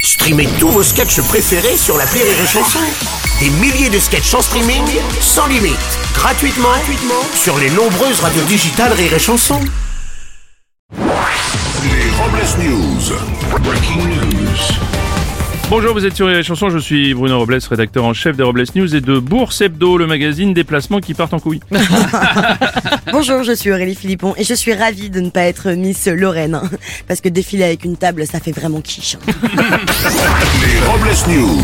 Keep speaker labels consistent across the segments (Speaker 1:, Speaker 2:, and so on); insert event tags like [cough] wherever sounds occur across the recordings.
Speaker 1: Streamez tous vos sketchs préférés sur la Rire et Chanson. Des milliers de sketchs en streaming, sans limite, gratuitement, gratuitement sur les nombreuses radios digitales Rire et Chanson.
Speaker 2: Les Robles News. Breaking news.
Speaker 3: Bonjour, vous êtes sur les chansons, je suis Bruno Robles, rédacteur en chef des Robles News et de Bourse Hebdo, le magazine des placements qui partent en couille.
Speaker 4: Bonjour, je suis Aurélie Philippon et je suis ravie de ne pas être Miss Lorraine. hein, Parce que défiler avec une table, ça fait vraiment quiche.
Speaker 2: Les Robles News.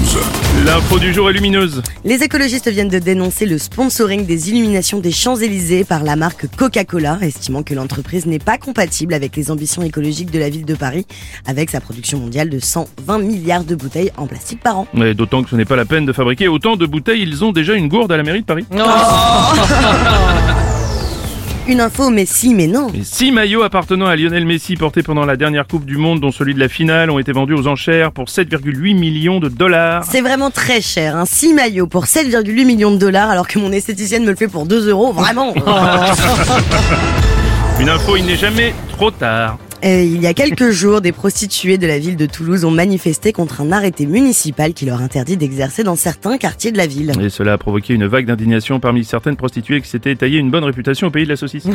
Speaker 3: L'info du jour est lumineuse.
Speaker 4: Les écologistes viennent de dénoncer le sponsoring des illuminations des Champs-Élysées par la marque Coca-Cola, estimant que l'entreprise n'est pas compatible avec les ambitions écologiques de la ville de Paris, avec sa production mondiale de 120 milliards de bouteilles en plastique par an.
Speaker 3: Et D'autant que ce n'est pas la peine de fabriquer autant de bouteilles, ils ont déjà une gourde à la mairie de Paris.
Speaker 4: Une info, mais si, mais non.
Speaker 3: Et six maillots appartenant à Lionel Messi portés pendant la dernière Coupe du Monde, dont celui de la finale, ont été vendus aux enchères pour 7,8 millions de dollars.
Speaker 4: C'est vraiment très cher, hein. 6 maillots pour 7,8 millions de dollars, alors que mon esthéticienne me le fait pour 2 euros, vraiment.
Speaker 3: Une info, il n'est jamais trop tard.
Speaker 4: Euh, il y a quelques [laughs] jours, des prostituées de la ville de Toulouse ont manifesté contre un arrêté municipal qui leur interdit d'exercer dans certains quartiers de la ville.
Speaker 3: Et cela a provoqué une vague d'indignation parmi certaines prostituées qui s'étaient taillées une bonne réputation au pays de la saucisse.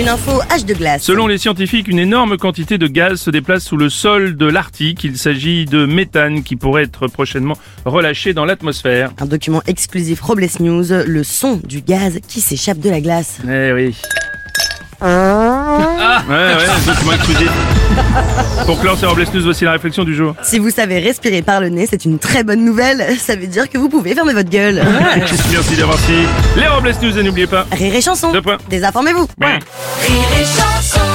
Speaker 4: Une info hache de glace.
Speaker 3: Selon les scientifiques, une énorme quantité de gaz se déplace sous le sol de l'Arctique. Il s'agit de méthane qui pourrait être prochainement relâché dans l'atmosphère.
Speaker 4: Un document exclusif Robles News, le son du gaz qui s'échappe de la glace.
Speaker 3: Eh oui. Ah Ouais, ouais, un document exclusif. Pour clore ce Robles News, voici la réflexion du jour.
Speaker 4: Si vous savez respirer par le nez, c'est une très bonne nouvelle. Ça veut dire que vous pouvez fermer votre gueule.
Speaker 3: Merci d'avoir suivi les Robles News et n'oubliez pas...
Speaker 4: Rire et chanson.
Speaker 3: Deux points.
Speaker 4: Désinformez-vous.
Speaker 5: Rire et chanson